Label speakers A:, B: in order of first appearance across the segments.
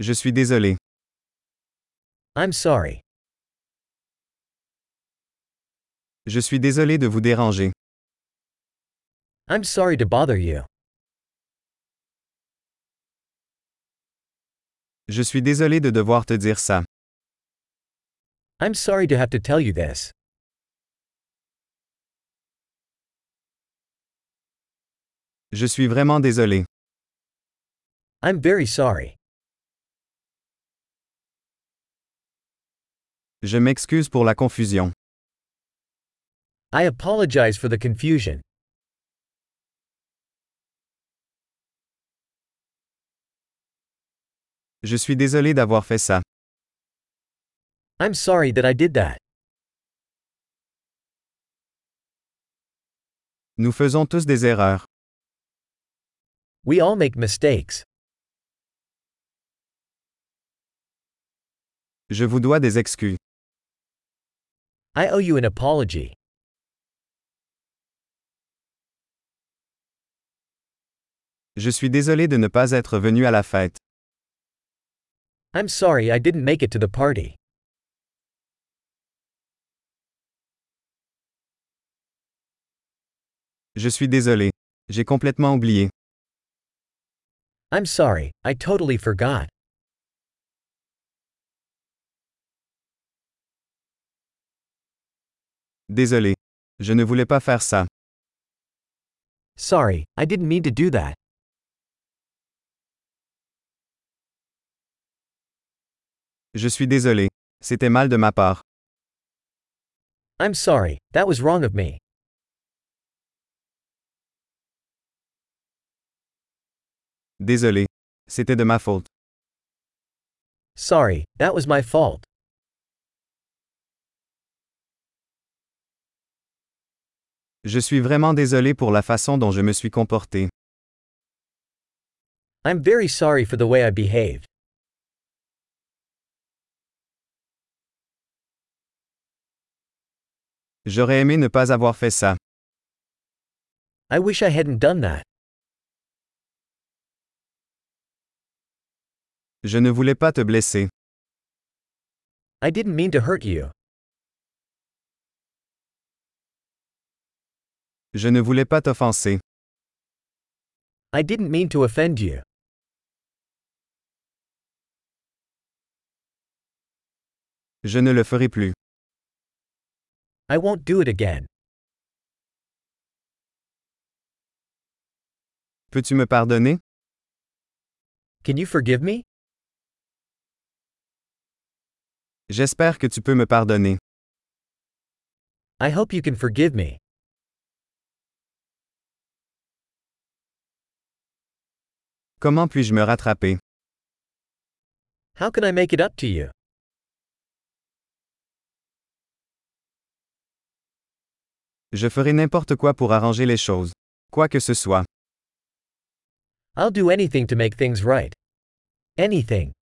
A: Je suis désolé.
B: I'm sorry.
A: Je suis désolé de vous déranger.
B: I'm sorry to bother you.
A: Je suis désolé de devoir te dire ça.
B: I'm sorry to have to tell you this.
A: Je suis vraiment désolé.
B: I'm very sorry.
A: Je m'excuse pour la confusion.
B: I apologize for the confusion.
A: Je suis désolé d'avoir fait ça.
B: I'm sorry that I did that.
A: Nous faisons tous des erreurs.
B: We all make mistakes.
A: Je vous dois des excuses.
B: I owe you an apology.
A: Je suis désolé de ne pas être venu à la fête.
B: I'm sorry I didn't make it to the party.
A: Je suis désolé. J'ai complètement oublié.
B: I'm sorry, I totally forgot.
A: Désolé. Je ne voulais pas faire ça.
B: Sorry, I didn't mean to do that.
A: Je suis désolé. C'était mal de ma part.
B: I'm sorry, that was wrong of me.
A: Désolé. C'était de ma faute.
B: Sorry, that was my fault.
A: Je suis vraiment désolé pour la façon dont je me suis comporté.
B: I'm very sorry for the way I behaved.
A: J'aurais aimé ne pas avoir fait ça.
B: I wish I hadn't done that.
A: Je ne voulais pas te blesser.
B: I didn't mean to hurt you.
A: Je ne voulais pas t'offenser.
B: I didn't mean to offend you.
A: Je ne le ferai plus.
B: I won't do it again.
A: Peux-tu me pardonner?
B: Can you forgive me?
A: J'espère que tu peux me pardonner.
B: I hope you can forgive me.
A: Comment puis-je me rattraper?
B: How can I make it up to you?
A: Je ferai n'importe quoi pour arranger les choses. Quoi que ce soit.
B: I'll do anything to make things right. Anything.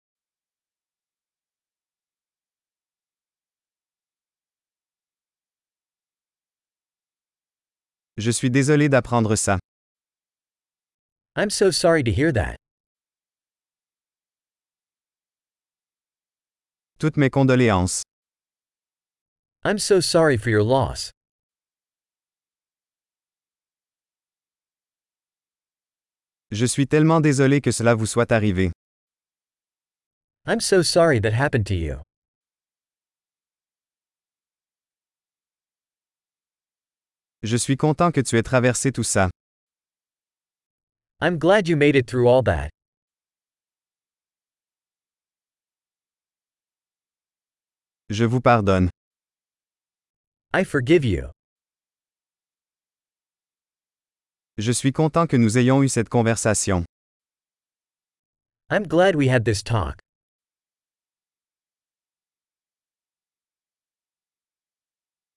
A: Je suis désolé d'apprendre ça.
B: I'm so sorry to hear that.
A: Toutes mes condoléances.
B: I'm so sorry for your loss.
A: Je suis tellement désolé que cela vous soit arrivé.
B: I'm so sorry that happened to you.
A: Je suis content que tu aies traversé tout ça.
B: I'm glad you made it through all that.
A: Je vous pardonne.
B: I forgive you.
A: Je suis content que nous ayons eu cette conversation.
B: I'm glad we had this talk.